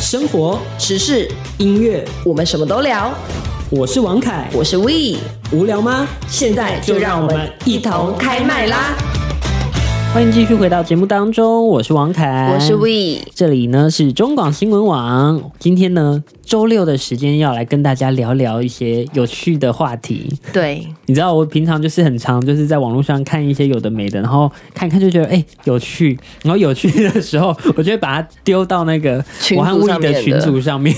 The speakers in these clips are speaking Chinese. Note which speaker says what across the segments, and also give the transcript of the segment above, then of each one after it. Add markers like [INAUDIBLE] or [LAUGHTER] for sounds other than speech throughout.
Speaker 1: 生活、
Speaker 2: 时事，
Speaker 1: 音乐，
Speaker 2: 我们什么都聊。
Speaker 1: 我是王凯。
Speaker 2: 我是 We，
Speaker 1: 无聊吗？
Speaker 2: 现在就让我们一同开麦啦！
Speaker 1: 欢迎继续回到节目当中，我是王凯，
Speaker 2: 我是 We，
Speaker 1: 这里呢是中广新闻网，今天呢周六的时间要来跟大家聊聊一些有趣的话题。
Speaker 2: 对，
Speaker 1: 你知道我平常就是很常就是在网络上看一些有的没的，然后看一看就觉得哎、有趣，然后有趣的时候，我就会把它丢到那个
Speaker 2: 群
Speaker 1: 我
Speaker 2: 组
Speaker 1: 和物理
Speaker 2: 上面
Speaker 1: 的
Speaker 2: 的
Speaker 1: 群组上面。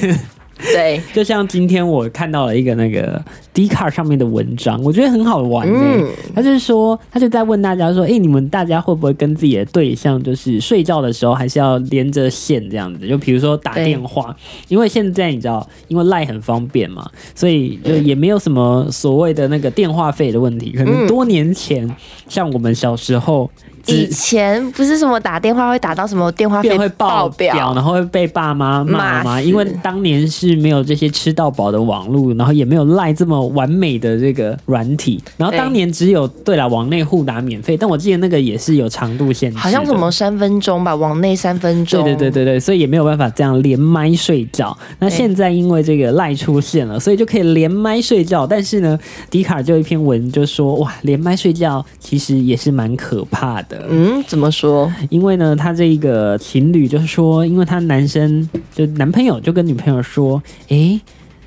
Speaker 2: 对，
Speaker 1: 就像今天我看到了一个那个 d c a r 上面的文章，我觉得很好玩、欸。
Speaker 2: 嗯
Speaker 1: 他就是说，他就在问大家说，哎、你们大家会不会跟自己的对象，就是睡觉的时候还是要连着线这样子？就比如说打
Speaker 2: 对
Speaker 1: 电话，因为现在你知道，因为赖很方便嘛，所以就也没有什么所谓的那个电话费的问题。可能
Speaker 2: 嗯
Speaker 1: 多年前，像我们小时候，
Speaker 2: 以
Speaker 1: 只
Speaker 2: 前不是什么打电话会打到什么电话费
Speaker 1: 便会
Speaker 2: 爆
Speaker 1: 表，然后会被爸妈骂
Speaker 2: 骂
Speaker 1: 嘛，
Speaker 2: 死
Speaker 1: 因为当年是没有这些吃到饱的网络，然后也没有赖这么完美的这个软体，然后当年只有对了往内互打免费，但我记得那个也是有长度限制的，
Speaker 2: 好像什么三分钟吧，往内三分钟。
Speaker 1: 对对对对对，所以也没有办法这样连麦睡觉。那
Speaker 2: 对
Speaker 1: 现在因为这个赖出现了，所以就可以连麦睡觉。但是呢，迪卡尔就有一篇文就说，哇，连麦睡觉其实也是蛮可怕的。
Speaker 2: 嗯，怎么说？
Speaker 1: 因为呢，他这一个情侣就是说，因为他男生就男朋友就跟女朋友说，诶。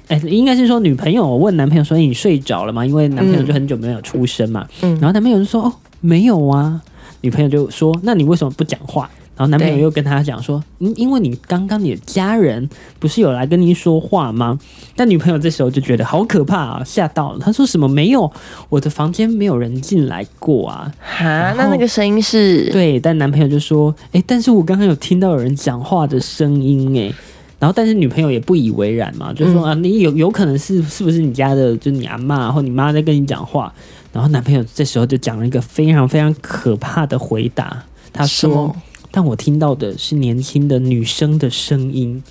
Speaker 1: 哎，应该是说女朋友问男朋友说：“哎诶你睡着了吗？”因为男朋友就很久没有出声嘛。
Speaker 2: 嗯
Speaker 1: 然后男朋友就说：“哦，没有啊。”女朋友就说：“那你为什么不讲话？”然后男朋友
Speaker 2: 对
Speaker 1: 又跟他讲说：“嗯，因为你刚刚你的家人不是有来跟你说话吗？”但女朋友这时候就觉得好可怕啊，吓到了。她说：“什么没有？我的房间没有人进来过啊。”
Speaker 2: 哈，那
Speaker 1: 后
Speaker 2: 那个声音是？
Speaker 1: 对，但男朋友就说：“哎、但是我刚刚有听到有人讲话的声音、诶。哎。”然后，但是女朋友也不以为然嘛，就
Speaker 2: 嗯
Speaker 1: 说、啊，你有有可能是是不是你家的，就你阿妈或你妈在跟你讲话。然后男朋友这时候就讲了一个非常非常可怕的回答，他
Speaker 2: 什
Speaker 1: 说
Speaker 2: 么？：“
Speaker 1: 但我听到的是年轻的女生的声音。”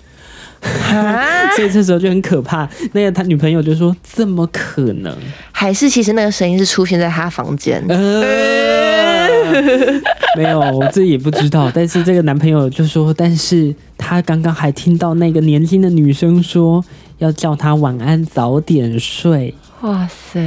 Speaker 2: 哈，
Speaker 1: 所以这时候就很可怕。那个他女朋友就说：“怎么可能？”
Speaker 2: 还是其实那个声音是出现在他房间？
Speaker 1: 呃，没有，我自己也不知道。但是这个男朋友就说，但是他刚刚还听到那个年轻的女生说要叫他晚安，早点睡。
Speaker 2: 哇塞，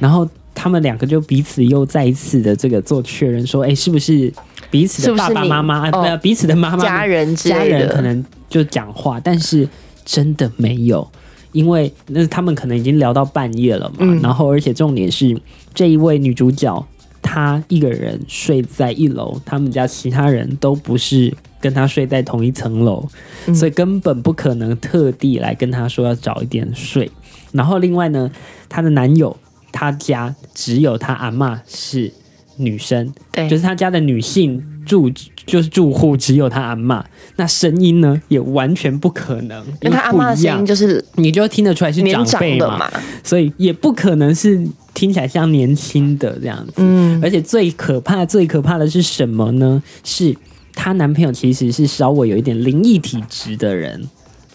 Speaker 1: 然后他们两个就彼此又再一次的这个做确认，说，哎、是不是彼此
Speaker 2: 是
Speaker 1: 的
Speaker 2: 不
Speaker 1: 爸
Speaker 2: 是
Speaker 1: 爸
Speaker 2: 你
Speaker 1: 妈妈，
Speaker 2: 哦
Speaker 1: 呃，彼此的妈妈
Speaker 2: 家人之
Speaker 1: 家
Speaker 2: 类
Speaker 1: 人可
Speaker 2: 的，
Speaker 1: 能就讲话，但是真的没有，因为那他们可能已经聊到半夜了嘛。
Speaker 2: 嗯
Speaker 1: 然后，而且重点是这一位女主角她一个人睡在一楼，他们家其他人都不是跟她睡在同一层楼，
Speaker 2: 嗯
Speaker 1: 所以根本不可能特地来跟她说要早一点睡。然后另外呢，她的男友他家只有她阿嬷是女生，
Speaker 2: 对，
Speaker 1: 就是他家的女性住就是住户只有他阿嬷，那声音呢也完全不可能，
Speaker 2: 因为他阿
Speaker 1: 不
Speaker 2: 妈的
Speaker 1: 一
Speaker 2: 声音
Speaker 1: 样，
Speaker 2: 就是
Speaker 1: 你就听得出来是
Speaker 2: 年
Speaker 1: 长
Speaker 2: 长
Speaker 1: 辈
Speaker 2: 的
Speaker 1: 嘛，，所以也不可能是听起来像年轻的这样子。
Speaker 2: 嗯，
Speaker 1: 而且最可怕、最可怕的是什么呢？是她男朋友其实是稍微有一点灵异体质的人，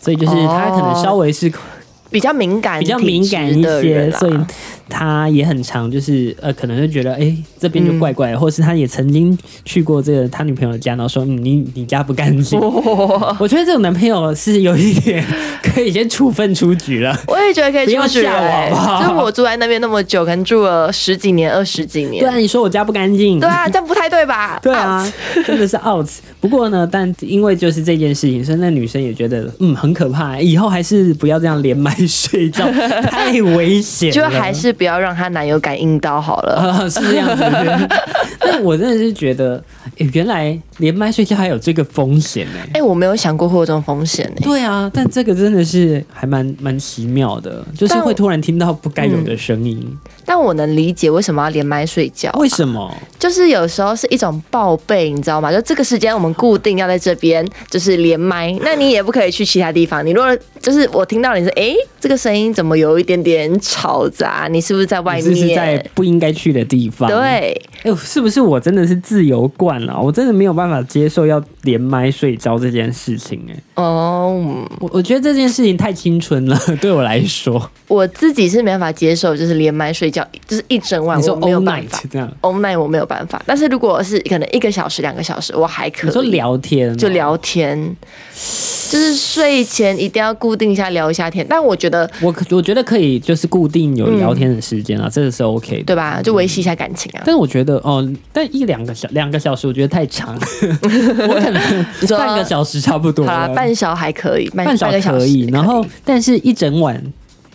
Speaker 1: 所以就是他可能
Speaker 2: 哦
Speaker 1: 稍微是
Speaker 2: 比较敏感
Speaker 1: 比较
Speaker 2: 体
Speaker 1: 敏
Speaker 2: 质
Speaker 1: 感一
Speaker 2: 的
Speaker 1: 些，
Speaker 2: 人啊啦
Speaker 1: 所以他也很常就是呃，可能就觉得哎、诶这边就怪怪
Speaker 2: 嗯
Speaker 1: 的，或是他也曾经去过这个他女朋友家，然后说、嗯、你你家不干
Speaker 2: [LAUGHS]
Speaker 1: 净。我觉得这种男朋友是有一点可以先处分出局了。
Speaker 2: 我也觉得可以
Speaker 1: 不要
Speaker 2: 出去、
Speaker 1: 吓我
Speaker 2: 欸，
Speaker 1: 好不好
Speaker 2: 就是我住在那边那么久，可能住了十几年、二十几
Speaker 1: 对
Speaker 2: 年，
Speaker 1: 啊，你说我家不干净，
Speaker 2: 对啊，这样不太对吧？
Speaker 1: 对啊，真的是 out。不过呢，但因为就是这件事情，所以那女生也觉得嗯很可怕，以后还是不要这样连麦睡
Speaker 2: [LAUGHS]
Speaker 1: 觉，太危险了。
Speaker 2: 就还是不要让她男友感应到好了。
Speaker 1: 啊， [LAUGHS] 是这样子。
Speaker 2: [LAUGHS]
Speaker 1: 但我真的是觉得，诶原来连麦睡觉还有这个风险呢、
Speaker 2: 哎、我没有想过会有这种风险欸呢、
Speaker 1: 对啊，但这个真的是还蛮蛮奇妙的，就是
Speaker 2: 但
Speaker 1: 会突然听到不该有的声音，
Speaker 2: 但我能理解为什么要连麦睡觉，
Speaker 1: 为什么？
Speaker 2: 就是有时候是一种报备，你知道吗？就这个时间我们固定要在这边，就是连麦，那你也不可以去其他地方。你如果就是我听到你是哎、诶这个声音怎么有一点点吵杂？你是不是在外
Speaker 1: 你
Speaker 2: 面？
Speaker 1: 是不是在不应该去的地方？。
Speaker 2: 对，
Speaker 1: 哎、是不是我真的是自由惯了？我真的没有办法接受要连麦睡觉这件事情、诶
Speaker 2: 哦、嗯
Speaker 1: 我我觉得这件事情太青春了， [LAUGHS] 对我来说。
Speaker 2: 我自己是没办法接受，就是连麦睡觉，就是一整晚
Speaker 1: 你说
Speaker 2: 我没有
Speaker 1: all
Speaker 2: 办法
Speaker 1: night 这样，
Speaker 2: ，all night 我没有办法。但是如果是可能一个小时、两个小时，我还可
Speaker 1: 你说
Speaker 2: 以，
Speaker 1: 聊天哦、
Speaker 2: 就聊天，就是睡前一定要固定一下聊一下天。但我觉得，
Speaker 1: 我可我觉得可以，就是固定有聊天的时间啊，这个是 OK 的。
Speaker 2: 嗯对吧？就维系一下感情啊。
Speaker 1: 但是我觉得哦，但一两个小两个小时，我觉得太长，我可能
Speaker 2: 你说
Speaker 1: 半个小时差不多
Speaker 2: 好啦，
Speaker 1: 了，
Speaker 2: 半小还可以，半
Speaker 1: 啊半小
Speaker 2: 半个
Speaker 1: 时
Speaker 2: 小
Speaker 1: 可
Speaker 2: 时
Speaker 1: 以，然后但是一整晚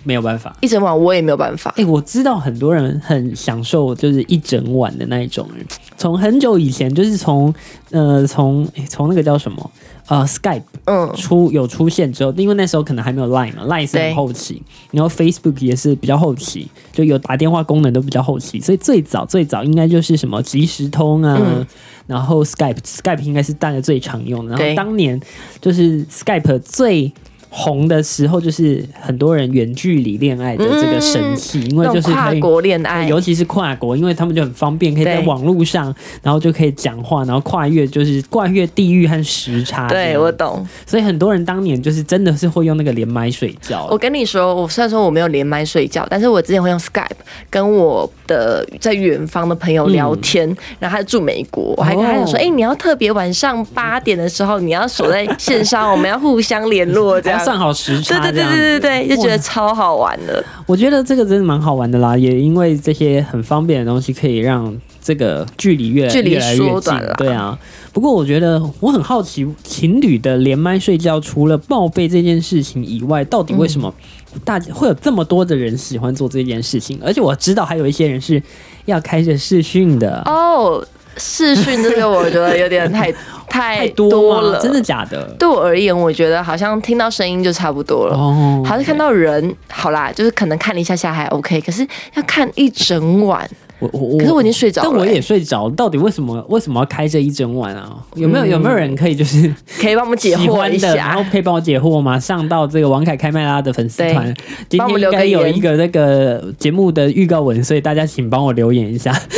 Speaker 1: 没有办法。
Speaker 2: 一整晚我也没有办法。
Speaker 1: 哎、我知道很多人很享受就是一整晚的那一种人，从很久以前就是从呃从诶从、那个叫什么呃 Skype
Speaker 2: 嗯，
Speaker 1: 出有出现之后，因为那时候可能还没有 Line 嘛，Line 是
Speaker 2: 对
Speaker 1: 很后期，然后 Facebook 也是比较后期，就有打电话功能都比较后期，所以最早最早应该就是什么即时通啊，
Speaker 2: 嗯
Speaker 1: 然后 Skype Skype 应该是大家最常用的，然
Speaker 2: 对
Speaker 1: 后当年就是 Skype 最。红的时候就是很多人远距离恋爱的这个神器，因为
Speaker 2: 嗯那
Speaker 1: 就
Speaker 2: 种
Speaker 1: 是
Speaker 2: 跨
Speaker 1: 可以
Speaker 2: 国恋爱，
Speaker 1: 尤其是跨国，因为他们就很方便，可以在
Speaker 2: 对
Speaker 1: 网络上，然后就可以讲话，然后跨越就是跨越地域和时差这样。
Speaker 2: 对我懂。
Speaker 1: 所以很多人当年就是真的是会用那个连麦睡觉。
Speaker 2: 我跟你说，我虽然说我没有连麦睡觉，但是我之前会用 Skype 跟我的在远方的朋友聊天，然后他住美国，我还跟他讲说，
Speaker 1: 嗯哦
Speaker 2: 哎、你要特别晚上八点的时候，你要守在线上，我们要互相联
Speaker 1: [LAUGHS]
Speaker 2: 络这
Speaker 1: 还要
Speaker 2: 样。
Speaker 1: 算好时
Speaker 2: 对啊
Speaker 1: 差，
Speaker 2: 对对
Speaker 1: 这样子
Speaker 2: 对对对，就觉得
Speaker 1: 哇
Speaker 2: 超好玩的。
Speaker 1: 我觉得这个真的蛮好玩的啦，也因为这些很方便的东西，可以让这个距离越
Speaker 2: 距离
Speaker 1: 越来越
Speaker 2: 缩
Speaker 1: 近
Speaker 2: 短啦。
Speaker 1: 对啊，不过我觉得我很好奇，情侣的连麦睡觉，除了报备这件事情以外，到底为什么
Speaker 2: 嗯
Speaker 1: 大家会有这么多的人喜欢做这件事情？而且我知道还有一些人是要开着视讯的，
Speaker 2: 哦，视讯这个我觉得有点太太
Speaker 1: 太多
Speaker 2: 了，
Speaker 1: 真的。假的？
Speaker 2: 对我而言，我觉得好像听到声音就差不多了。
Speaker 1: 哦
Speaker 2: 好像看到人，好啦，就是可能看了一下下还 OK，可是要看一整晚，
Speaker 1: 我我我
Speaker 2: 可是我已经睡着了、欸
Speaker 1: 但我也睡着，到底为什么为什么要开这一整晚啊？有没有有没有
Speaker 2: 嗯
Speaker 1: 人可以就是
Speaker 2: 可以帮我们解
Speaker 1: 喜
Speaker 2: 惑
Speaker 1: 欢
Speaker 2: 一
Speaker 1: 的，然后
Speaker 2: 下。
Speaker 1: 可以帮我解惑吗？上到这个王凯开麦拉的粉丝团，今
Speaker 2: 帮我
Speaker 1: 天应
Speaker 2: 们留个
Speaker 1: 该
Speaker 2: 言
Speaker 1: 有一个那个节目的预告文，所以大家请帮我留言一下， [LAUGHS]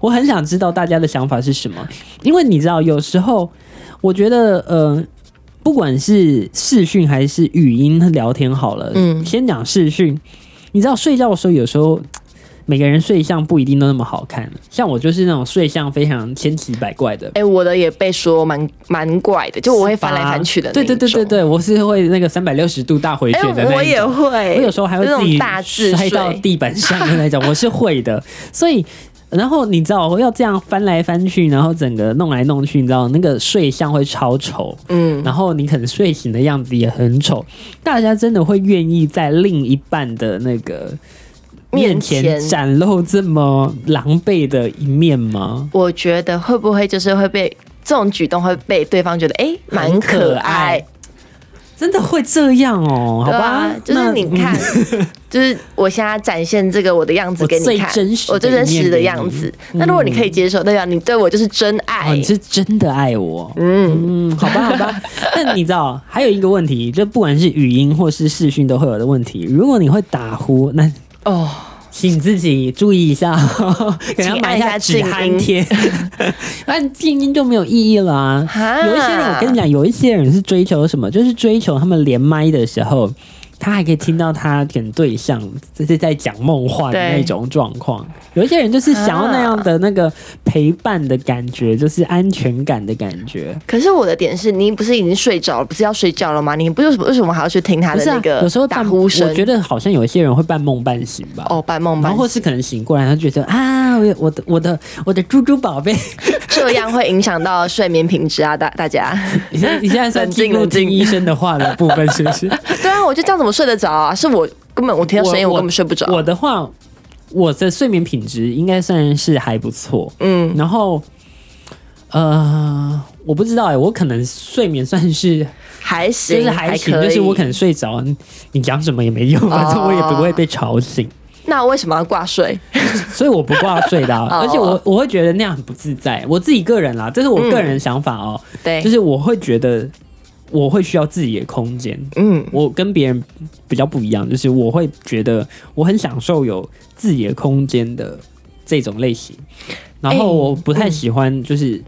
Speaker 1: 我很想知道大家的想法是什么，因为你知道有时候我觉得呃。不管是视讯还是语音聊天好了，
Speaker 2: 嗯
Speaker 1: 先讲视讯。你知道睡觉的时候，有时候每个人睡相不一定都那么好看。像我就是那种睡相非常千奇百怪的，
Speaker 2: 哎、我的也被说蛮蛮怪的，就我会翻来翻去的那
Speaker 1: 对
Speaker 2: 一
Speaker 1: 对
Speaker 2: 种。
Speaker 1: 对对对，我是会那个三百六十度大回
Speaker 2: 哎、
Speaker 1: 旋的那
Speaker 2: 我
Speaker 1: 一
Speaker 2: 也
Speaker 1: 种。
Speaker 2: 会，
Speaker 1: 我有时候还会
Speaker 2: 就那
Speaker 1: 自
Speaker 2: 种
Speaker 1: 己
Speaker 2: 大智
Speaker 1: 摔到
Speaker 2: 睡。
Speaker 1: 地板上的那种，我是会
Speaker 2: [LAUGHS]
Speaker 1: 的。所以，然后你知道我要这样翻来翻去，然后整个弄来弄去，你知道那个睡相会超丑，
Speaker 2: 嗯，
Speaker 1: 然后你可能睡醒的样子也很丑。大家真的会愿意在另一半的那个面
Speaker 2: 面前
Speaker 1: 前展露这么狼狈的一面吗？
Speaker 2: 我觉得会不会就是会被这种举动会被对方觉得哎蛮、
Speaker 1: 很可
Speaker 2: 可
Speaker 1: 爱
Speaker 2: 爱，
Speaker 1: 真的会这样哦，好
Speaker 2: 对
Speaker 1: 吧？
Speaker 2: 啊，就是
Speaker 1: 那
Speaker 2: 你
Speaker 1: 嗯
Speaker 2: 看， [LAUGHS] 就是我现在展现这个我的样子
Speaker 1: 我
Speaker 2: 给你
Speaker 1: 最
Speaker 2: 看，
Speaker 1: 真实
Speaker 2: 我
Speaker 1: 的
Speaker 2: 最
Speaker 1: 一面
Speaker 2: 真实的
Speaker 1: 给
Speaker 2: 样
Speaker 1: 你嗯
Speaker 2: 子。那如果你可以接受，代表你对我就是真爱。
Speaker 1: 哦，你是真的爱我。
Speaker 2: 嗯，
Speaker 1: 嗯，好吧，好
Speaker 2: [LAUGHS]
Speaker 1: 吧。但你知道，还有一个问题，就不管是语音或是视讯都会有的问题。如果你会打呼，那
Speaker 2: 哦，
Speaker 1: 请自己注意一
Speaker 2: [LAUGHS]
Speaker 1: 下，给他
Speaker 2: 请
Speaker 1: 买
Speaker 2: 按
Speaker 1: 一
Speaker 2: 下
Speaker 1: 下止
Speaker 2: 静音
Speaker 1: 鼾贴。
Speaker 2: [LAUGHS]
Speaker 1: 按静音就没有意义了啊。
Speaker 2: 哈
Speaker 1: 有一些人，我跟你讲，有一些人是追求什么？就是追求他们连麦的时候，他还可以听到他跟对象这是在讲梦话的
Speaker 2: 对
Speaker 1: 那种状况。有一些人就是想要那样的那个陪伴的感觉，就是安全感的感觉。
Speaker 2: 可是我的点是，你不是已经睡着了，不是要睡觉了吗？你不是为什么还要去听他
Speaker 1: 不
Speaker 2: 的
Speaker 1: 是、
Speaker 2: 那
Speaker 1: 啊，
Speaker 2: 个
Speaker 1: 有时候
Speaker 2: 打
Speaker 1: 半
Speaker 2: 呼声？
Speaker 1: 我觉得好像有一些人会半梦半醒吧。
Speaker 2: 哦，半梦
Speaker 1: 然
Speaker 2: 半
Speaker 1: 后，或
Speaker 2: 醒，
Speaker 1: 是可能醒过来，他觉得啊，我我的我的我的猪猪宝贝，
Speaker 2: 这样会影响到睡眠品质啊，大
Speaker 1: [LAUGHS]
Speaker 2: 大家。
Speaker 1: 你现在你现在算
Speaker 2: 冷静
Speaker 1: 进入
Speaker 2: 冷静
Speaker 1: 听医生的话的部分，是不
Speaker 2: [LAUGHS]
Speaker 1: 是？
Speaker 2: 对啊，我就这样怎么睡得着啊？是我根本我听到声音，我根本睡不着。
Speaker 1: 我的话，我的睡眠品质应该算是还不错。
Speaker 2: 嗯，
Speaker 1: 然后，呃，我不知道哎、我可能睡眠算是
Speaker 2: 还行，
Speaker 1: 就是还行，
Speaker 2: 可以。
Speaker 1: 就是我可能睡着，你你讲什么也没用，反正我也不会被吵醒，
Speaker 2: 那为什么要挂睡？
Speaker 1: [LAUGHS] 所以我不挂睡的啊、
Speaker 2: 哦
Speaker 1: 而且我我会觉得那样很不自在，我自己个人啦，这是我
Speaker 2: 嗯
Speaker 1: 个人想法哦、
Speaker 2: 对，
Speaker 1: 就是我会觉得我会需要自己的空间，
Speaker 2: 嗯，
Speaker 1: 我跟别人比较不一样，就是我会觉得我很享受有自己的空间的这种类型，然
Speaker 2: 哎
Speaker 1: 后我不太喜欢，就是、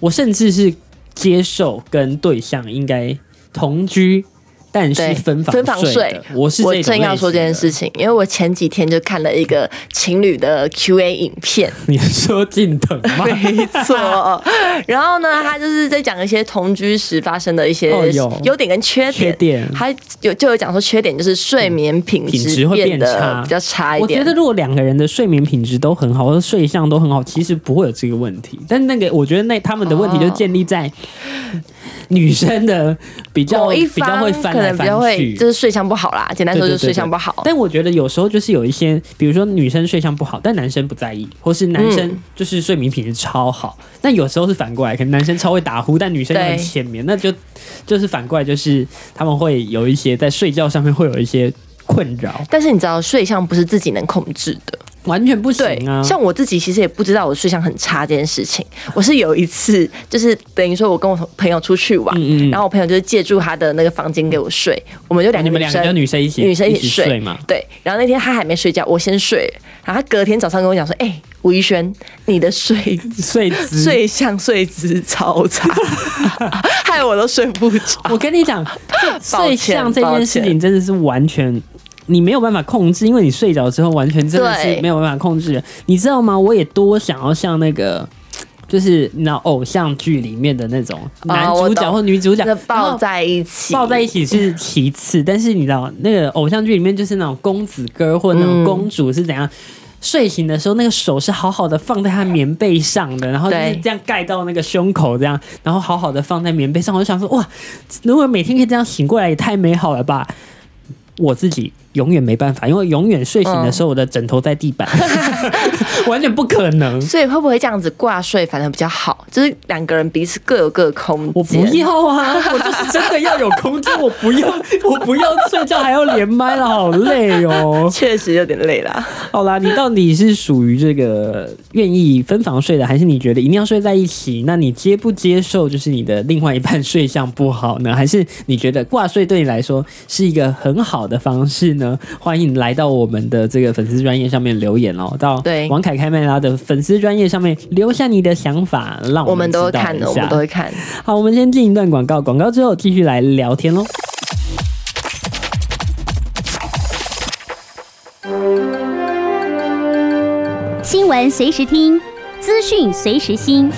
Speaker 1: 我甚至是接受跟对象应该同居，但
Speaker 2: 对
Speaker 1: 是分房
Speaker 2: 分房
Speaker 1: 睡
Speaker 2: 睡
Speaker 1: 的，我是
Speaker 2: 我
Speaker 1: 这种
Speaker 2: 正要
Speaker 1: 类
Speaker 2: 说这
Speaker 1: 型
Speaker 2: 件
Speaker 1: 的
Speaker 2: 事情，因为我前几天就看了一个情侣的 Q&A 影片，
Speaker 1: [LAUGHS]
Speaker 2: [LAUGHS]
Speaker 1: 你说近藤吗？
Speaker 2: 没错。然后呢，他就是在讲一些同居时发生的一些
Speaker 1: 哦有
Speaker 2: 优点跟
Speaker 1: [LAUGHS]
Speaker 2: 缺点。
Speaker 1: 缺点
Speaker 2: 他有就有讲说缺点就是睡眠品
Speaker 1: 品质会
Speaker 2: 变
Speaker 1: 变
Speaker 2: 得
Speaker 1: 差
Speaker 2: 比较差一
Speaker 1: 我
Speaker 2: 点。
Speaker 1: 觉得如果两个人的睡眠品质都很好，或者睡相都很好，其实不会有这个问题。但那个，我觉得那他们的问题就建立在女生的比较
Speaker 2: 某一
Speaker 1: 比较
Speaker 2: 方
Speaker 1: 会翻
Speaker 2: 可
Speaker 1: 来
Speaker 2: 能比
Speaker 1: 翻
Speaker 2: 较会
Speaker 1: 去
Speaker 2: 就。是睡相不好啦，简单说就是
Speaker 1: 对对对
Speaker 2: 睡相不好。
Speaker 1: 但我觉得有时候就是有一些，比如说女生睡相不好，但男生不在意，或是男生就是睡眠品质超好。那有时候是反过来，可能男生超会打呼，但女生又很
Speaker 2: 对
Speaker 1: 浅眠，那就就是反过来，就是他们会有一些在睡觉上面会有一些困扰，
Speaker 2: 但是你知道，睡相不是自己能控制的。
Speaker 1: 完全不
Speaker 2: 对
Speaker 1: 行，啊。
Speaker 2: 像我自己其实也不知道我睡相很差这件事情。我是有一次，就是等于说我跟我朋友出去玩，
Speaker 1: 嗯嗯嗯
Speaker 2: 然后我朋友就是借住他的那个房间给我睡，我们就
Speaker 1: 哦
Speaker 2: 两
Speaker 1: 你
Speaker 2: 个
Speaker 1: 们
Speaker 2: 女
Speaker 1: 两个就
Speaker 2: 生。
Speaker 1: 女生一起
Speaker 2: 女生
Speaker 1: 一
Speaker 2: 起
Speaker 1: 起
Speaker 2: 睡
Speaker 1: 睡嘛，
Speaker 2: 对，然后那天他还没睡觉，我先睡了，然后他隔天早上跟我讲说：“哎、吴一轩，你的睡
Speaker 1: 睡姿。
Speaker 2: 睡相睡姿超
Speaker 1: [LAUGHS]
Speaker 2: 差，害我都睡不着。”
Speaker 1: 我跟你讲，这
Speaker 2: [LAUGHS] 抱
Speaker 1: 睡
Speaker 2: 歉
Speaker 1: 相这
Speaker 2: 抱
Speaker 1: 件事
Speaker 2: 歉
Speaker 1: 情真的是完全。你没有办法控制，因为你睡着之后完全真的
Speaker 2: 对
Speaker 1: 是没有办法控制的。你知道吗？我也多想要像那个，就是你知道偶像剧里面的那种男
Speaker 2: 啊我
Speaker 1: 主角
Speaker 2: 懂
Speaker 1: 或女主角
Speaker 2: 那
Speaker 1: 然
Speaker 2: 抱
Speaker 1: 后
Speaker 2: 在一起，
Speaker 1: 抱在一起是其次，但是你知道那个偶像剧里面就是那种公子哥或那种公主是怎样。睡醒的时候，那个手是好好的放在她棉被上的，然后就是
Speaker 2: 对
Speaker 1: 这样盖到那个胸口，这样，然后好好的放在棉被上。我就想说，哇，如果每天可以这样醒过来，也太美好了吧！我自己永远没办法，因为永远睡醒的
Speaker 2: 嗯
Speaker 1: 时候，我的枕头在地板， [LAUGHS] 完全不可能。
Speaker 2: 所以会不会这样子挂睡反而比较好？就是两个人彼此各有各的空
Speaker 1: 我
Speaker 2: 间。
Speaker 1: 不要啊！ [LAUGHS] 我就是真的要有空间，我不要， [LAUGHS] 我不要睡觉还要连麦了，好累哦。
Speaker 2: 确实有点累啦。
Speaker 1: [LAUGHS] 好啦，你到底是属于这个愿意分房睡的，还是你觉得一定要睡在一起？那你接不接受就是你的另外一半睡相不好呢？还是你觉得挂睡对你来说是一个很好的方式呢？欢迎来到我们的这个粉丝专业上面留言哦，到
Speaker 2: 对
Speaker 1: 王凯开麦拉的粉丝专业上面留下你的想法，让
Speaker 2: 我
Speaker 1: 们
Speaker 2: 们
Speaker 1: 知
Speaker 2: 都
Speaker 1: 道
Speaker 2: 会看的，我
Speaker 1: 一下
Speaker 2: 们都会看。
Speaker 1: 好，我们先进一段广告，广告之后继续来聊天喽。
Speaker 3: 新闻随时听，资讯随时新。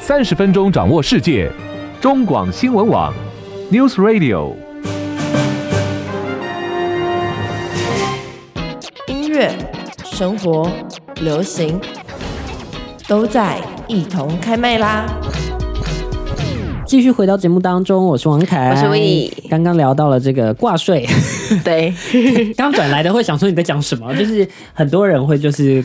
Speaker 4: 三十分钟掌握世界，中广新闻网，News Radio。
Speaker 2: 音乐、生活、流行，都在一同开
Speaker 1: [LAUGHS]
Speaker 2: 麦啦。
Speaker 1: 继续回到节目当中，我是王凯，
Speaker 2: 我是 Wee
Speaker 1: 刚刚聊到了这个挂睡，
Speaker 2: [LAUGHS] 对，
Speaker 1: 刚转来的会想说你在讲什么，就是很多人会就是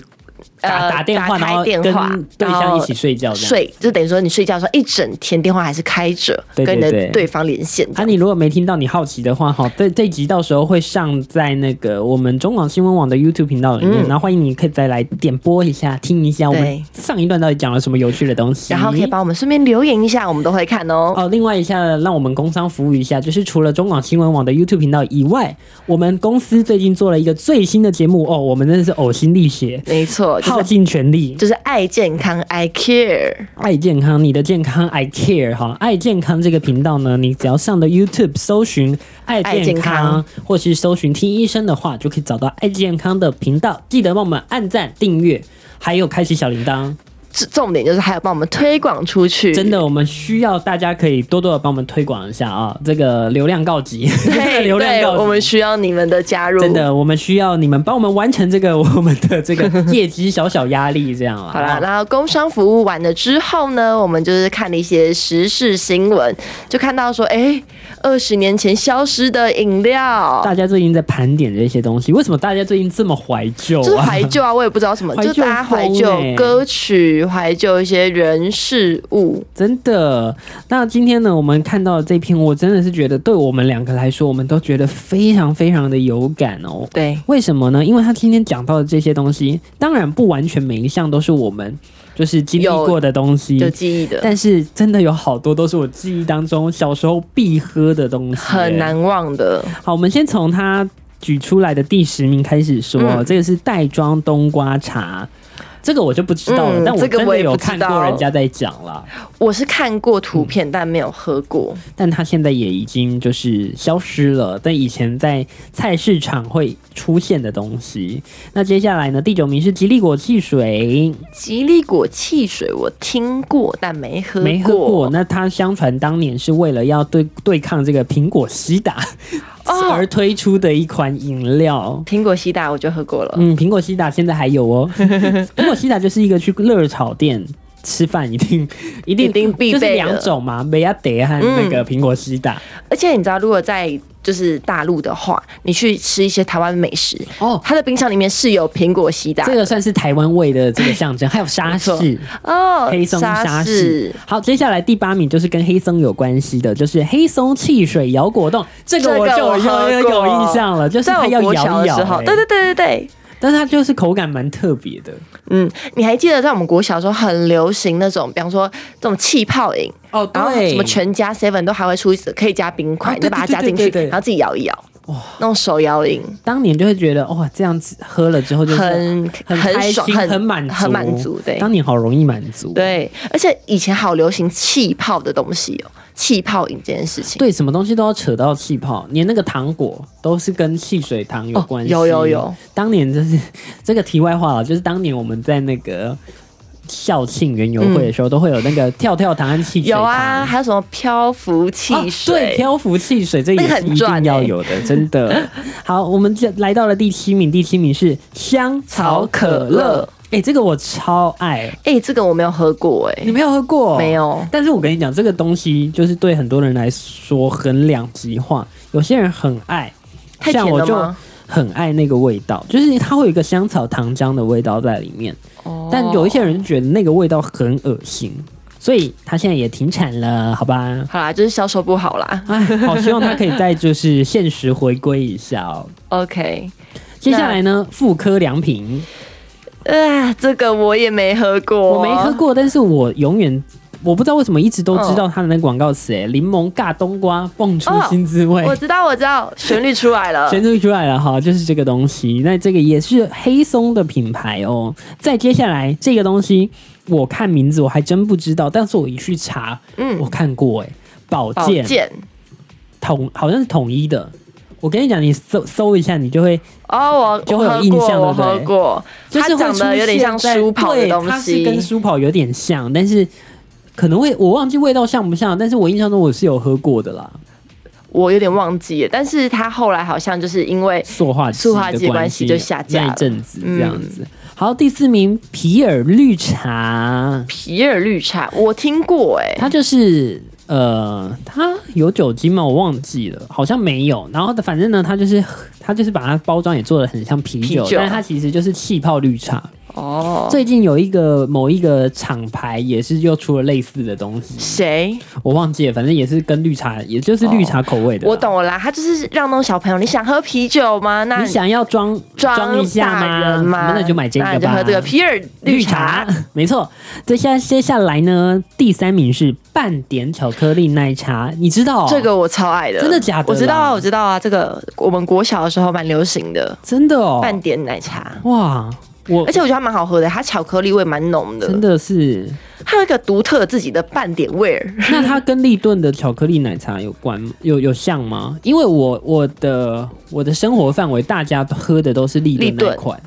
Speaker 1: 打、
Speaker 2: 呃
Speaker 1: 打电话，
Speaker 2: 打
Speaker 1: 然
Speaker 2: 开
Speaker 1: 后
Speaker 2: 电
Speaker 1: 跟
Speaker 2: 话
Speaker 1: 对
Speaker 2: 然后
Speaker 1: 象一起睡觉这样。
Speaker 2: 睡就等于说你睡觉的时候一整天电话还是开着，
Speaker 1: 对对
Speaker 2: 跟你的
Speaker 1: 对
Speaker 2: 对方连线
Speaker 1: 啊，
Speaker 2: 这样。
Speaker 1: 你如果没听到，你好奇的话，哈，这这集到时候会上在那个我们中广新闻网的 YouTube 频道里面，
Speaker 2: 嗯
Speaker 1: 然后欢迎你可以再来点播一下，听一下我们
Speaker 2: 对
Speaker 1: 上一段到底讲了什么有趣的东西，
Speaker 2: 然后可以帮我们顺便留言一下，我们都会看哦。
Speaker 1: 哦，另外一下，让我们工商服务一下，就是除了中广新闻网的 YouTube 频道以外，我们公司最近做了一个最新的节目哦，我们真的是呕心沥血，
Speaker 2: 没错，就
Speaker 1: 耗
Speaker 2: 是
Speaker 1: 尽全力，
Speaker 2: 就是爱健康，I care。
Speaker 1: 爱健康，你的健康 I care 哈，爱健康这个频道呢，你只要上的 YouTube 搜寻爱健康，
Speaker 2: 爱健康
Speaker 1: 或是搜寻听医生的话，就可以找到爱健康的频道，记得帮我们按赞、订阅，还有开启小铃铛。
Speaker 2: 重重点就是还有帮我们推广出去，
Speaker 1: 真的，我们需要大家可以多多的帮我们推广一下啊，这个流量告急， [LAUGHS]
Speaker 2: 对
Speaker 1: 流量
Speaker 2: 对，
Speaker 1: 告急
Speaker 2: 我。们需要你们的加入。
Speaker 1: 真，的，我们需要你们帮我们完成这个 [LAUGHS] 我们的这
Speaker 2: [LAUGHS]
Speaker 1: 个业绩小小压力，这样啊。
Speaker 2: 好啦，然后工商服务完了之后呢，我们就是看了一些时事新闻，就看到说，哎，二十年前消失的饮料，
Speaker 1: 大家最近在盘点这些东西，为什么大家最近这么怀旧
Speaker 2: 就是
Speaker 1: 啊？
Speaker 2: 怀旧啊，我也不知道什么，
Speaker 1: 怀
Speaker 2: 就
Speaker 1: 旧
Speaker 2: 大家怀旧
Speaker 1: 风欸
Speaker 2: 歌曲，怀旧一些人事物。
Speaker 1: [LAUGHS] 真的。那今天呢，我们看到这篇，我真的是觉得对我们两个来说，我们都觉得非常非常的有感哦。
Speaker 2: 对，
Speaker 1: 为什么呢？因为他今天讲到的这些东西，当然不完全每一项都是我们就是经历
Speaker 2: 有
Speaker 1: 过的东西，
Speaker 2: 有记忆的，
Speaker 1: 但是真的有好多都是我记忆当中小时候必喝的东西，
Speaker 2: 很。难忘的。
Speaker 1: 好，我们先从他举出来的第十名开始说，
Speaker 2: 嗯
Speaker 1: 这个是袋装冬瓜茶。这个我就不知道了，
Speaker 2: 嗯
Speaker 1: 但我
Speaker 2: 这个
Speaker 1: 真
Speaker 2: 我
Speaker 1: 的
Speaker 2: 也
Speaker 1: 有
Speaker 2: 不知
Speaker 1: 看过
Speaker 2: 道
Speaker 1: 人家在讲啦。
Speaker 2: 我是看过图
Speaker 1: 嗯
Speaker 2: 片，但没有喝过。
Speaker 1: 但它现在也已经就是消失了，但以前在菜市场会出现的东西。那接下来呢？第九名是吉利果汽水，
Speaker 2: 吉利果汽水我听过，但没喝过。
Speaker 1: 没喝过。那它相传当年是为了要对对抗这个苹果西打、[LAUGHS]
Speaker 2: 哦
Speaker 1: 而推出的一款饮料。
Speaker 2: 苹果西打我就喝过了。
Speaker 1: 嗯，苹果西打现在还有
Speaker 2: [LAUGHS]
Speaker 1: 哦。苹果西打就是一个去热炒店吃饭一定一定
Speaker 2: [LAUGHS] 一定必备的嗯
Speaker 1: 就是两种嘛，梅亚德和那个苹果西打。
Speaker 2: 而且你知道，如果在就是大陆的话，你去吃一些台湾美食，
Speaker 1: 哦
Speaker 2: 它的冰箱里面是有苹果西打
Speaker 1: 这个算是台湾味的这个象征，还有沙
Speaker 2: 错
Speaker 1: 士，
Speaker 2: 哦，
Speaker 1: 黑松沙士
Speaker 2: 士。。
Speaker 1: 好，接下来第八名就是跟黑松有关系的，就是黑松汽水摇果冻，这个我就
Speaker 2: 这个
Speaker 1: 有
Speaker 2: 我喝
Speaker 1: 有有有
Speaker 2: 过
Speaker 1: 印象了，就是
Speaker 2: 在
Speaker 1: 它要
Speaker 2: 我国小
Speaker 1: 摇一
Speaker 2: 的
Speaker 1: 摇、
Speaker 2: 时候，
Speaker 1: 欸
Speaker 2: 对对对对对，
Speaker 1: 但是它就是口感蛮特别的
Speaker 2: 嗯，你还记得在我们国小的时候很流行那种，比方说这种气泡饮，
Speaker 1: 哦，
Speaker 2: 然后什啊么
Speaker 1: 全
Speaker 2: 全家 seven 都还会出可以加冰块，
Speaker 1: 啊
Speaker 2: 你就把它
Speaker 1: 对对
Speaker 2: 加进
Speaker 1: 对
Speaker 2: 去，
Speaker 1: 对对
Speaker 2: 然后自己摇一摇，那种手摇饮
Speaker 1: 当年就会觉得哇，这样子喝了之后就是
Speaker 2: 很
Speaker 1: 很开
Speaker 2: 爽，
Speaker 1: 心，
Speaker 2: 很
Speaker 1: 很满足，
Speaker 2: 很满足，对
Speaker 1: 当年好容易满足，。
Speaker 2: 对，而且以前好流行气泡的东西哦，气泡饮这件事情，
Speaker 1: 对，什么东西都要扯到气泡，连那个糖果都是跟汽水糖有
Speaker 2: 哦
Speaker 1: 关系、
Speaker 2: 有有有，
Speaker 1: 当年就是这个题外话了，就是当年我们在那个校庆园游会的时候，都会有那个跳跳糖和汽水
Speaker 2: 有
Speaker 1: 糖。
Speaker 2: 啊，还有什么漂浮汽
Speaker 1: 哦、
Speaker 2: 水，
Speaker 1: 对，漂浮汽水这也
Speaker 2: 那个
Speaker 1: 是
Speaker 2: 很
Speaker 1: 一定
Speaker 2: 赚
Speaker 1: 要
Speaker 2: 欸
Speaker 1: 有的，真
Speaker 2: [LAUGHS]
Speaker 1: 的。好，我们就来到了第七名，第七名是香草可
Speaker 2: 草可乐
Speaker 1: 乐。哎、这个我超爱，
Speaker 2: 哎、这个我没有喝过、
Speaker 1: 欸你没有喝过？
Speaker 2: 哎，没。有，
Speaker 1: 但是我跟你讲，这个东西就是对很多人来说很两极化，有些人很爱，
Speaker 2: 太
Speaker 1: 像
Speaker 2: 甜
Speaker 1: 我
Speaker 2: 了
Speaker 1: 就
Speaker 2: 吗
Speaker 1: 很爱那个味道，就是它会有一个香草糖浆的味道在里面。
Speaker 2: 哦
Speaker 1: 但有一些人觉得那个味道很恶心，所以它现在也停产了，好吧？
Speaker 2: 好啦，就是销售不好啦。
Speaker 1: 哎，好希望它可以再就是现实回归一下哦。
Speaker 2: OK，
Speaker 1: 接下来呢，妇科良品
Speaker 2: 啊，这个我也没喝过，
Speaker 1: 我没喝。
Speaker 2: 哦
Speaker 1: 过，但是我永远我不知道为什么一直都知
Speaker 2: 嗯
Speaker 1: 道它的那个广告词，哎，柠檬尬冬瓜，蹦出
Speaker 2: 哦
Speaker 1: 新滋味。
Speaker 2: 我知道，我知道，旋律出来了。
Speaker 1: 全都出来了哈，就是这个东西。那这个也是黑松的品牌哦。再接下来这个东西，我看名字我还真不知道，但是我一去查，
Speaker 2: 嗯
Speaker 1: 我看过哎、保
Speaker 2: 宝
Speaker 1: 健
Speaker 2: 剑
Speaker 1: 统好像是统一的。我跟你讲，你搜搜一下，你就会
Speaker 2: 哦，我
Speaker 1: 就会有
Speaker 2: 我喝
Speaker 1: 印
Speaker 2: 过
Speaker 1: 象
Speaker 2: 我
Speaker 1: 对不
Speaker 2: 喝
Speaker 1: 对
Speaker 2: 过，
Speaker 1: 就是
Speaker 2: 它
Speaker 1: 会
Speaker 2: 长
Speaker 1: 出
Speaker 2: 得有点
Speaker 1: 现
Speaker 2: 像
Speaker 1: 在
Speaker 2: 舒跑的
Speaker 1: 对
Speaker 2: 东
Speaker 1: 它是
Speaker 2: 西，
Speaker 1: 跟舒跑有点像，但是可能会我忘记味道像不像，但是我印象中我是有喝过的啦，
Speaker 2: 我有点忘记了。但是它后来好像就是因为
Speaker 1: 塑化剂
Speaker 2: 塑化
Speaker 1: 的
Speaker 2: 剂关系
Speaker 1: 系
Speaker 2: 就下架
Speaker 1: 那一
Speaker 2: 了嗯
Speaker 1: 阵子这样子。好，第四名皮尔绿茶，
Speaker 2: 皮尔绿茶，我听过哎、
Speaker 1: 它就是呃，它有酒精吗？我忘记了，好像没有。然后反正呢，它就是它就是把它包装也做的很像啤酒，
Speaker 2: 啤酒
Speaker 1: 但是它其实就是气泡绿茶。
Speaker 2: 哦，
Speaker 1: 最近有一个某一个厂牌也是又出了类似的东西，
Speaker 2: 谁？
Speaker 1: 我忘记了，反正也是跟绿茶，也就是绿茶口味的、
Speaker 2: 哦我。懂了啦，他就是让那种小朋友，你想喝啤酒吗？那
Speaker 1: 你想要装装一下
Speaker 2: 大
Speaker 1: 吗？
Speaker 2: 人吗？
Speaker 1: 那你就买这个吧。
Speaker 2: 那你就喝这个皮尔绿茶。，
Speaker 1: 没错。这下接下来呢，第三名是半点巧克力奶茶，你知道、哦、
Speaker 2: 这个我超爱的，
Speaker 1: 真的假的啦
Speaker 2: 我知道啊，我知道啊，这个我们国小的时候蛮流行的
Speaker 1: 真的哦，
Speaker 2: 半点奶茶，
Speaker 1: 哇，我
Speaker 2: 而且我呃觉得它蛮好喝的，它巧克力味蛮浓的，
Speaker 1: 真的是。
Speaker 2: 它有一个独特自己的半点味儿。
Speaker 1: 那它跟立顿的巧克力奶茶有关吗有有像吗？因为我我的我的生活范围，大家喝的都是立顿
Speaker 2: 立顿
Speaker 1: 那款，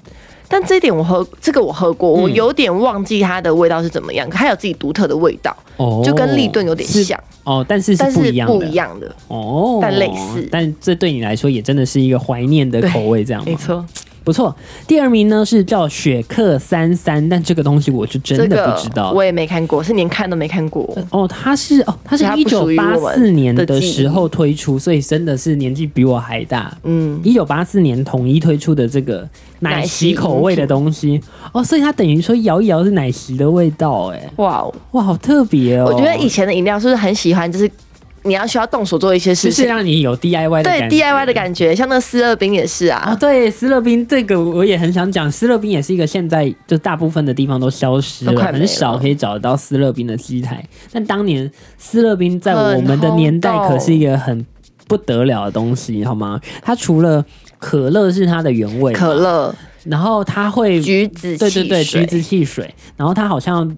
Speaker 2: 但这一点我喝，这个我喝过，
Speaker 1: 嗯
Speaker 2: 我有点忘记它的味道是怎么样，可它有自己独特的味道，
Speaker 1: 哦
Speaker 2: 就跟立顿有点
Speaker 1: 是
Speaker 2: 像，
Speaker 1: 哦，但是
Speaker 2: 但
Speaker 1: 是
Speaker 2: 是
Speaker 1: 不一样
Speaker 2: 不
Speaker 1: 的
Speaker 2: 一样的，
Speaker 1: 哦，
Speaker 2: 但类似
Speaker 1: 但这对你来说也真的是一个怀念的
Speaker 2: 对
Speaker 1: 口味，这样吗
Speaker 2: 没？错。
Speaker 1: 不错，第二名呢是叫雪克三三，但这个东西我是真
Speaker 2: 这
Speaker 1: 的
Speaker 2: 个
Speaker 1: 不知道。
Speaker 2: 我也没看过，是连看都没看过。
Speaker 1: 哦，它是哦，它是
Speaker 2: 它
Speaker 1: 一
Speaker 2: 不
Speaker 1: 九
Speaker 2: 属于
Speaker 1: 八
Speaker 2: 我
Speaker 1: 四
Speaker 2: 们
Speaker 1: 年
Speaker 2: 的
Speaker 1: 的
Speaker 2: 记忆
Speaker 1: 时候推出，所以真的是年纪比我还大。
Speaker 2: 嗯，
Speaker 1: 一九八四年统一推出的这个奶昔口味的东西哦，所以它等于说摇一摇是奶昔的味道，哎，
Speaker 2: 哇哦，
Speaker 1: 哇，好特别哦！
Speaker 2: 我觉得以前的饮料是不是很喜欢，就是你要需要动手做一些事
Speaker 1: 就是
Speaker 2: 情，
Speaker 1: 让你有 DIY 的
Speaker 2: 对
Speaker 1: 感觉
Speaker 2: DIY 的感觉，像那个四二冰也是啊。
Speaker 1: 啊、对，斯乐冰这个我也很想讲，斯乐冰也是一个现在就大部分的地方都消失
Speaker 2: 都
Speaker 1: 了，
Speaker 2: 快没
Speaker 1: 很少
Speaker 2: 了
Speaker 1: 可以找到斯乐冰的机台。但当年斯乐冰在
Speaker 2: 很
Speaker 1: 我们的
Speaker 2: 轰
Speaker 1: 年代
Speaker 2: 动
Speaker 1: 可是一个很不得了的东西，好吗？它除了可乐是它的原味嘛，
Speaker 2: 可乐，
Speaker 1: 然后它会
Speaker 2: 橘子
Speaker 1: 对对对
Speaker 2: 汽水
Speaker 1: 橘子汽水，然后它好像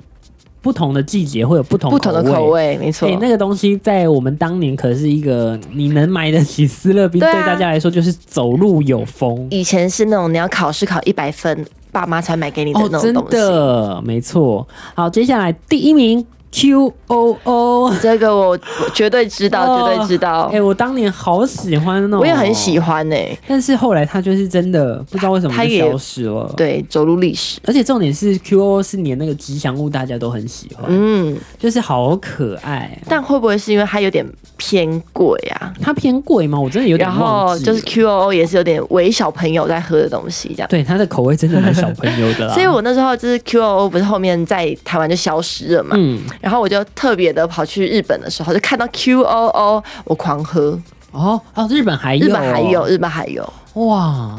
Speaker 1: 不同的季节会有不同
Speaker 2: 不同的口
Speaker 1: 口味。
Speaker 2: 味，没错
Speaker 1: 哎、。那个东西在我们当年可是一个你能买得起斯乐冰，
Speaker 2: 对
Speaker 1: 对
Speaker 2: 啊
Speaker 1: 大家来说就是走路有风
Speaker 2: 以前是那种你要考试考一百分，爸妈才买给你的
Speaker 1: 哦，
Speaker 2: 那
Speaker 1: 真
Speaker 2: 种东西。
Speaker 1: 的没错。好，接下来第一名 Q O O，
Speaker 2: 这个我我绝对知道，
Speaker 1: 哦
Speaker 2: 绝对知道
Speaker 1: 哎、，我当年好喜欢哦，
Speaker 2: 我也很喜，欢呢、
Speaker 1: 但是后来它就是真的不知道为什么
Speaker 2: 它
Speaker 1: 就
Speaker 2: 也
Speaker 1: 消失了。，
Speaker 2: 对，走入历史，
Speaker 1: 而且重点是 Q O O 是连那个吉祥物大家都很喜欢，
Speaker 2: 嗯，
Speaker 1: 就是好可爱。
Speaker 2: 但会不会是因为它有点偏贵啊？
Speaker 1: 它偏贵吗？我真的有点
Speaker 2: 然
Speaker 1: 忘
Speaker 2: 后
Speaker 1: 记了。
Speaker 2: 就是 QOO 也是有点为小朋友在喝的东西，这样。
Speaker 1: 对它啊的口味真的蛮小朋友的啦。
Speaker 2: [LAUGHS] 所以我那时候就是 QOO 不是后面在台湾就消失了嘛，
Speaker 1: 嗯
Speaker 2: 然后我就特别的跑去日本的时候，就看到 QOO，我狂喝。
Speaker 1: 哦哦，日本还有
Speaker 2: 日本还有，日本还有，
Speaker 1: 哇！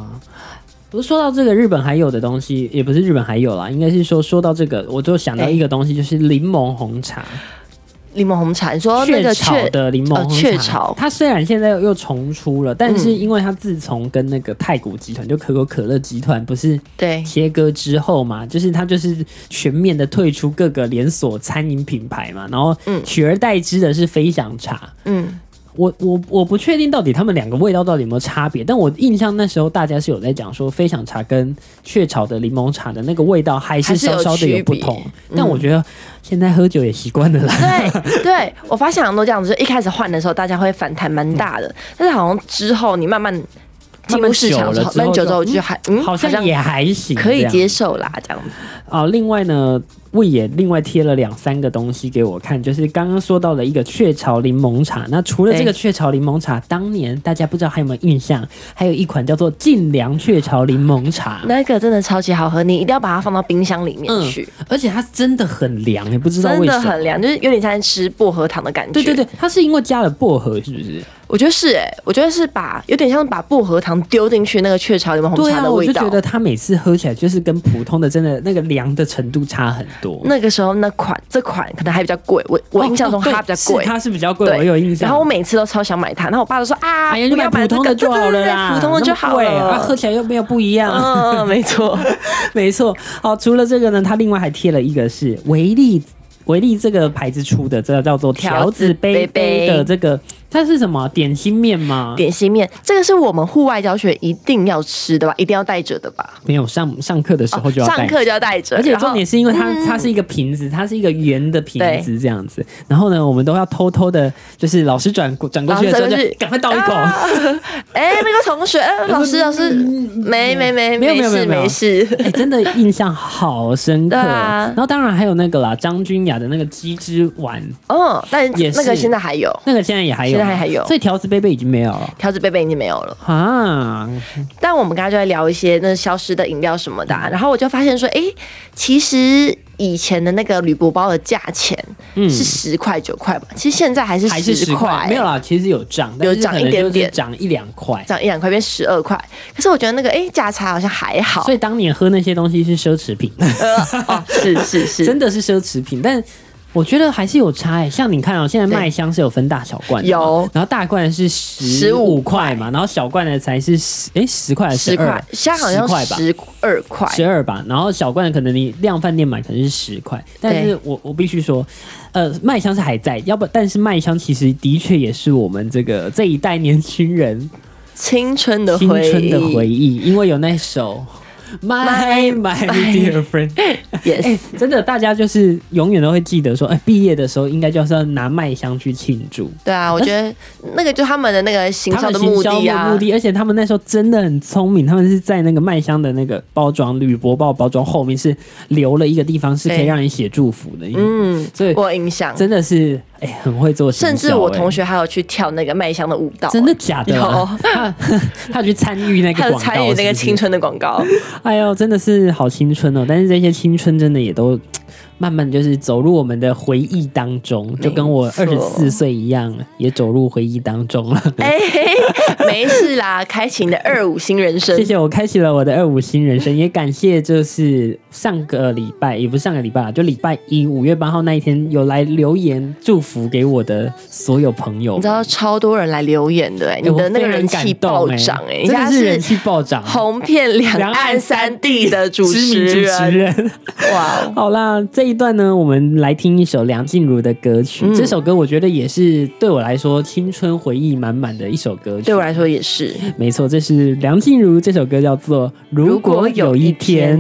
Speaker 1: 不是说到这个日本还有的东西，也不是日本还有啦，应该是说说到这个，我就想到一个东西，就是柠檬红茶，
Speaker 2: 柠檬红茶，你说哦那
Speaker 1: 雀
Speaker 2: 个
Speaker 1: 巢
Speaker 2: 雀
Speaker 1: 的柠檬
Speaker 2: 呃
Speaker 1: 红茶。
Speaker 2: 雀巢嗯
Speaker 1: 它虽然现在又重出了，但是因为它自从跟那个太古集团，就可口可乐集团不是
Speaker 2: 对
Speaker 1: 切割之后嘛，就是它就是全面的退出各个连锁餐饮品牌嘛，然后
Speaker 2: 嗯
Speaker 1: 取而代之的是飞翔茶。
Speaker 2: 嗯，
Speaker 1: 我我我不确定到底他们两个味道到底有没有差别，但我印象那时候大家是有在讲说飞翔茶跟雀巢的柠檬茶的那个味道还是
Speaker 2: 还是有
Speaker 1: 稍稍的有不同
Speaker 2: 区，嗯
Speaker 1: 但我觉得现在喝酒也习惯了啦。 [LAUGHS]
Speaker 2: 对对，我发现好像都这样子，就一开始换的时候大家会反弹蛮大
Speaker 1: 嗯
Speaker 2: 的，但是好像之后你慢慢进入市场
Speaker 1: 慢慢久了之后
Speaker 2: 慢久之后
Speaker 1: 就
Speaker 2: 就还嗯，
Speaker 1: 好像也还行，
Speaker 2: 可以
Speaker 1: 这样
Speaker 2: 接受啦，这样子。
Speaker 1: 啊、另外呢，魏也另外贴了两三个东西给我看，就是刚刚说到了一个雀巢柠檬茶。那除了这个
Speaker 2: 哎
Speaker 1: 雀巢柠檬茶，当年大家不知道还有没有印象，还有一款叫做晋凉雀巢柠檬茶，
Speaker 2: 那个真的超级好喝，你一定要把它放到冰箱里面去，
Speaker 1: 而且它真的很凉，也嗯不知道
Speaker 2: 真
Speaker 1: 为什
Speaker 2: 的
Speaker 1: 么。
Speaker 2: 很凉，就是有点像吃薄荷糖的感觉。
Speaker 1: 对对对，，它是因为加了薄荷，是不是？
Speaker 2: 我觉得是哎、我觉得是把有点像把薄荷糖丢进去那个雀巢柠檬红
Speaker 1: 对
Speaker 2: 茶
Speaker 1: 啊，
Speaker 2: 的
Speaker 1: 我
Speaker 2: 味
Speaker 1: 就
Speaker 2: 道。
Speaker 1: 觉得它每次喝起来就是跟普通的真的那个凉的程度差很多。
Speaker 2: 那个时候那款这款可能还比较贵，我我印象中
Speaker 1: 哦对
Speaker 2: 它比较贵。
Speaker 1: 是它是比较贵，
Speaker 2: 对，
Speaker 1: 我有印象。
Speaker 2: 然后我每次都超想买它，然后我爸就说啊，
Speaker 1: 哎呀，
Speaker 2: 不
Speaker 1: 就买
Speaker 2: 要
Speaker 1: 普
Speaker 2: 买这
Speaker 1: 通
Speaker 2: 个
Speaker 1: 的就好了啦，
Speaker 2: 对对对对普通的就好
Speaker 1: 那么贵啊，喝
Speaker 2: 了。
Speaker 1: 起来又没有不一样。[LAUGHS]
Speaker 2: 嗯，没错，
Speaker 1: 没错，好，除了这个呢，它另外还贴了一个是维力。维力这个牌子出的，这个叫做条子杯杯的这个，它是什么点心面吗？
Speaker 2: 点心面这个是我们户外教学一定要吃的吧，一定要带着的吧。哦
Speaker 1: 没有上上课的时候就要带、
Speaker 2: 上课就要带着，
Speaker 1: 而且
Speaker 2: 然后嗯
Speaker 1: 重点是因为它它是一个瓶子，它是一个圆的瓶子这样子。然后呢，我们都要偷偷的，就是老师转过转过去的时候，
Speaker 2: 老师转过去
Speaker 1: 就赶快倒一口。嗯
Speaker 2: 啊哎、那个
Speaker 1: [LAUGHS]
Speaker 2: 同学，呃老师，老师，没没没，
Speaker 1: 没有没有
Speaker 2: 事
Speaker 1: 没有
Speaker 2: 没
Speaker 1: 哎、
Speaker 2: 事，
Speaker 1: 真的印象好深刻。哦
Speaker 2: 对啊
Speaker 1: 然后当然还有那个啦，张君雅的那个鸡汁丸，
Speaker 2: 哦，但
Speaker 1: 也是
Speaker 2: 那个现在还有，
Speaker 1: 那个现在也还有吗，
Speaker 2: 现在还有
Speaker 1: 所以条子杯杯已经没有了。
Speaker 2: 条子贝贝已经没有了。
Speaker 1: 啊，
Speaker 2: 但我们刚才就在聊一些那消失的饮料什么的
Speaker 1: 嗯
Speaker 2: 啊、然后我就发现说，哎、其实以前的那个铝箔包的价钱
Speaker 1: 嗯
Speaker 2: 是十块九块吧，其实现在还是
Speaker 1: 还是十
Speaker 2: 块
Speaker 1: 块，，没有啦，其实有涨，但
Speaker 2: 有
Speaker 1: 是
Speaker 2: 涨
Speaker 1: 可能
Speaker 2: 一点
Speaker 1: 就是
Speaker 2: 点
Speaker 1: 涨一两块。
Speaker 2: 涨一两块变十二块。可是我觉得那个哎价、差好像还好
Speaker 1: 所，以当年喝那些东西是奢侈品，
Speaker 2: 呃，哦，是是
Speaker 1: 真
Speaker 2: 是，
Speaker 1: 的是奢侈品，但。我觉得还是有差哎、像你看哦、现在
Speaker 2: 对
Speaker 1: 麦香是有分大小罐的嘛，
Speaker 2: 有
Speaker 1: 然后大罐的是十
Speaker 2: 15
Speaker 1: 块嘛，然后小罐的才是十哎十块还是
Speaker 2: 十块
Speaker 1: 12，
Speaker 2: 现在好
Speaker 1: 10
Speaker 2: 像
Speaker 1: 块吧，
Speaker 2: 十二块，
Speaker 1: 十二吧，然后小罐的可能你量饭店买可能是十块，但是我我必须说，呃，麦香是还在，要不但是麦香其实的确也是我们这个这一代年轻人
Speaker 2: 青春的
Speaker 1: 青
Speaker 2: 回忆，
Speaker 1: 春的回忆，因为有那首 My My Dear Friend，
Speaker 2: ，yes，、
Speaker 1: 哎、 [LAUGHS] 真的大家就是永远都会记得说，哎、毕业的时候应该就是要拿麦香去庆祝。
Speaker 2: 对啊，我觉得那个就他们的那个行
Speaker 1: 他
Speaker 2: 销
Speaker 1: 们
Speaker 2: 的
Speaker 1: 行
Speaker 2: 目
Speaker 1: 销
Speaker 2: 的啊，
Speaker 1: 目的，而且他们那时候真的很聪明，他们是在那个麦香的那个包装铝箔包包装后面是留了一个地方是可以
Speaker 2: 对
Speaker 1: 让你写祝福的，
Speaker 2: 嗯，
Speaker 1: 所以
Speaker 2: 我有印象，
Speaker 1: 真的是哎、很会做行销、
Speaker 2: 甚至我
Speaker 1: 哎
Speaker 2: 同。学还有去跳那个麦香的舞蹈，哎
Speaker 1: 真的假的、啊？他 [LAUGHS] 他有去参与那个广
Speaker 2: 还有
Speaker 1: 告，
Speaker 2: 参与那个
Speaker 1: 是不是
Speaker 2: 青春的广告，
Speaker 1: 哎呦，真的是好青春哦！但是这些青春真的也都慢慢就是走入我们的回忆当中，就跟我二
Speaker 2: 没
Speaker 1: 十
Speaker 2: 错
Speaker 1: 四岁一样，也走入回忆当中了。
Speaker 2: 哎、 [LAUGHS] 嘿没事啦，开启你的二五新人生
Speaker 1: 谢。谢我开启了我的二五新人生，也感谢就是上个礼拜，也不是上个礼拜啦，就礼拜一五月八号那一天有来留言祝福给我的所有朋友
Speaker 2: 你知。道超多人来留言的、哎，
Speaker 1: 哎
Speaker 2: 你的那个
Speaker 1: 我非常
Speaker 2: 人
Speaker 1: 感
Speaker 2: 气
Speaker 1: 动
Speaker 2: 暴
Speaker 1: 哎
Speaker 2: 涨哎、
Speaker 1: 真
Speaker 2: 人
Speaker 1: 的
Speaker 2: 家
Speaker 1: 是人气暴涨，
Speaker 2: 红遍两岸三地的主
Speaker 1: 知
Speaker 2: 持
Speaker 1: 名主持
Speaker 2: 人，
Speaker 1: 人。
Speaker 2: 哇哦，
Speaker 1: 好啦，这一段呢，我们来听一首梁静茹的歌曲。
Speaker 2: 嗯
Speaker 1: 这首歌我觉得也是对我来说青春回忆满满的一首歌曲。
Speaker 2: 对我来说也是。
Speaker 1: 没错，这是梁静茹这首歌叫做《如果有一天》。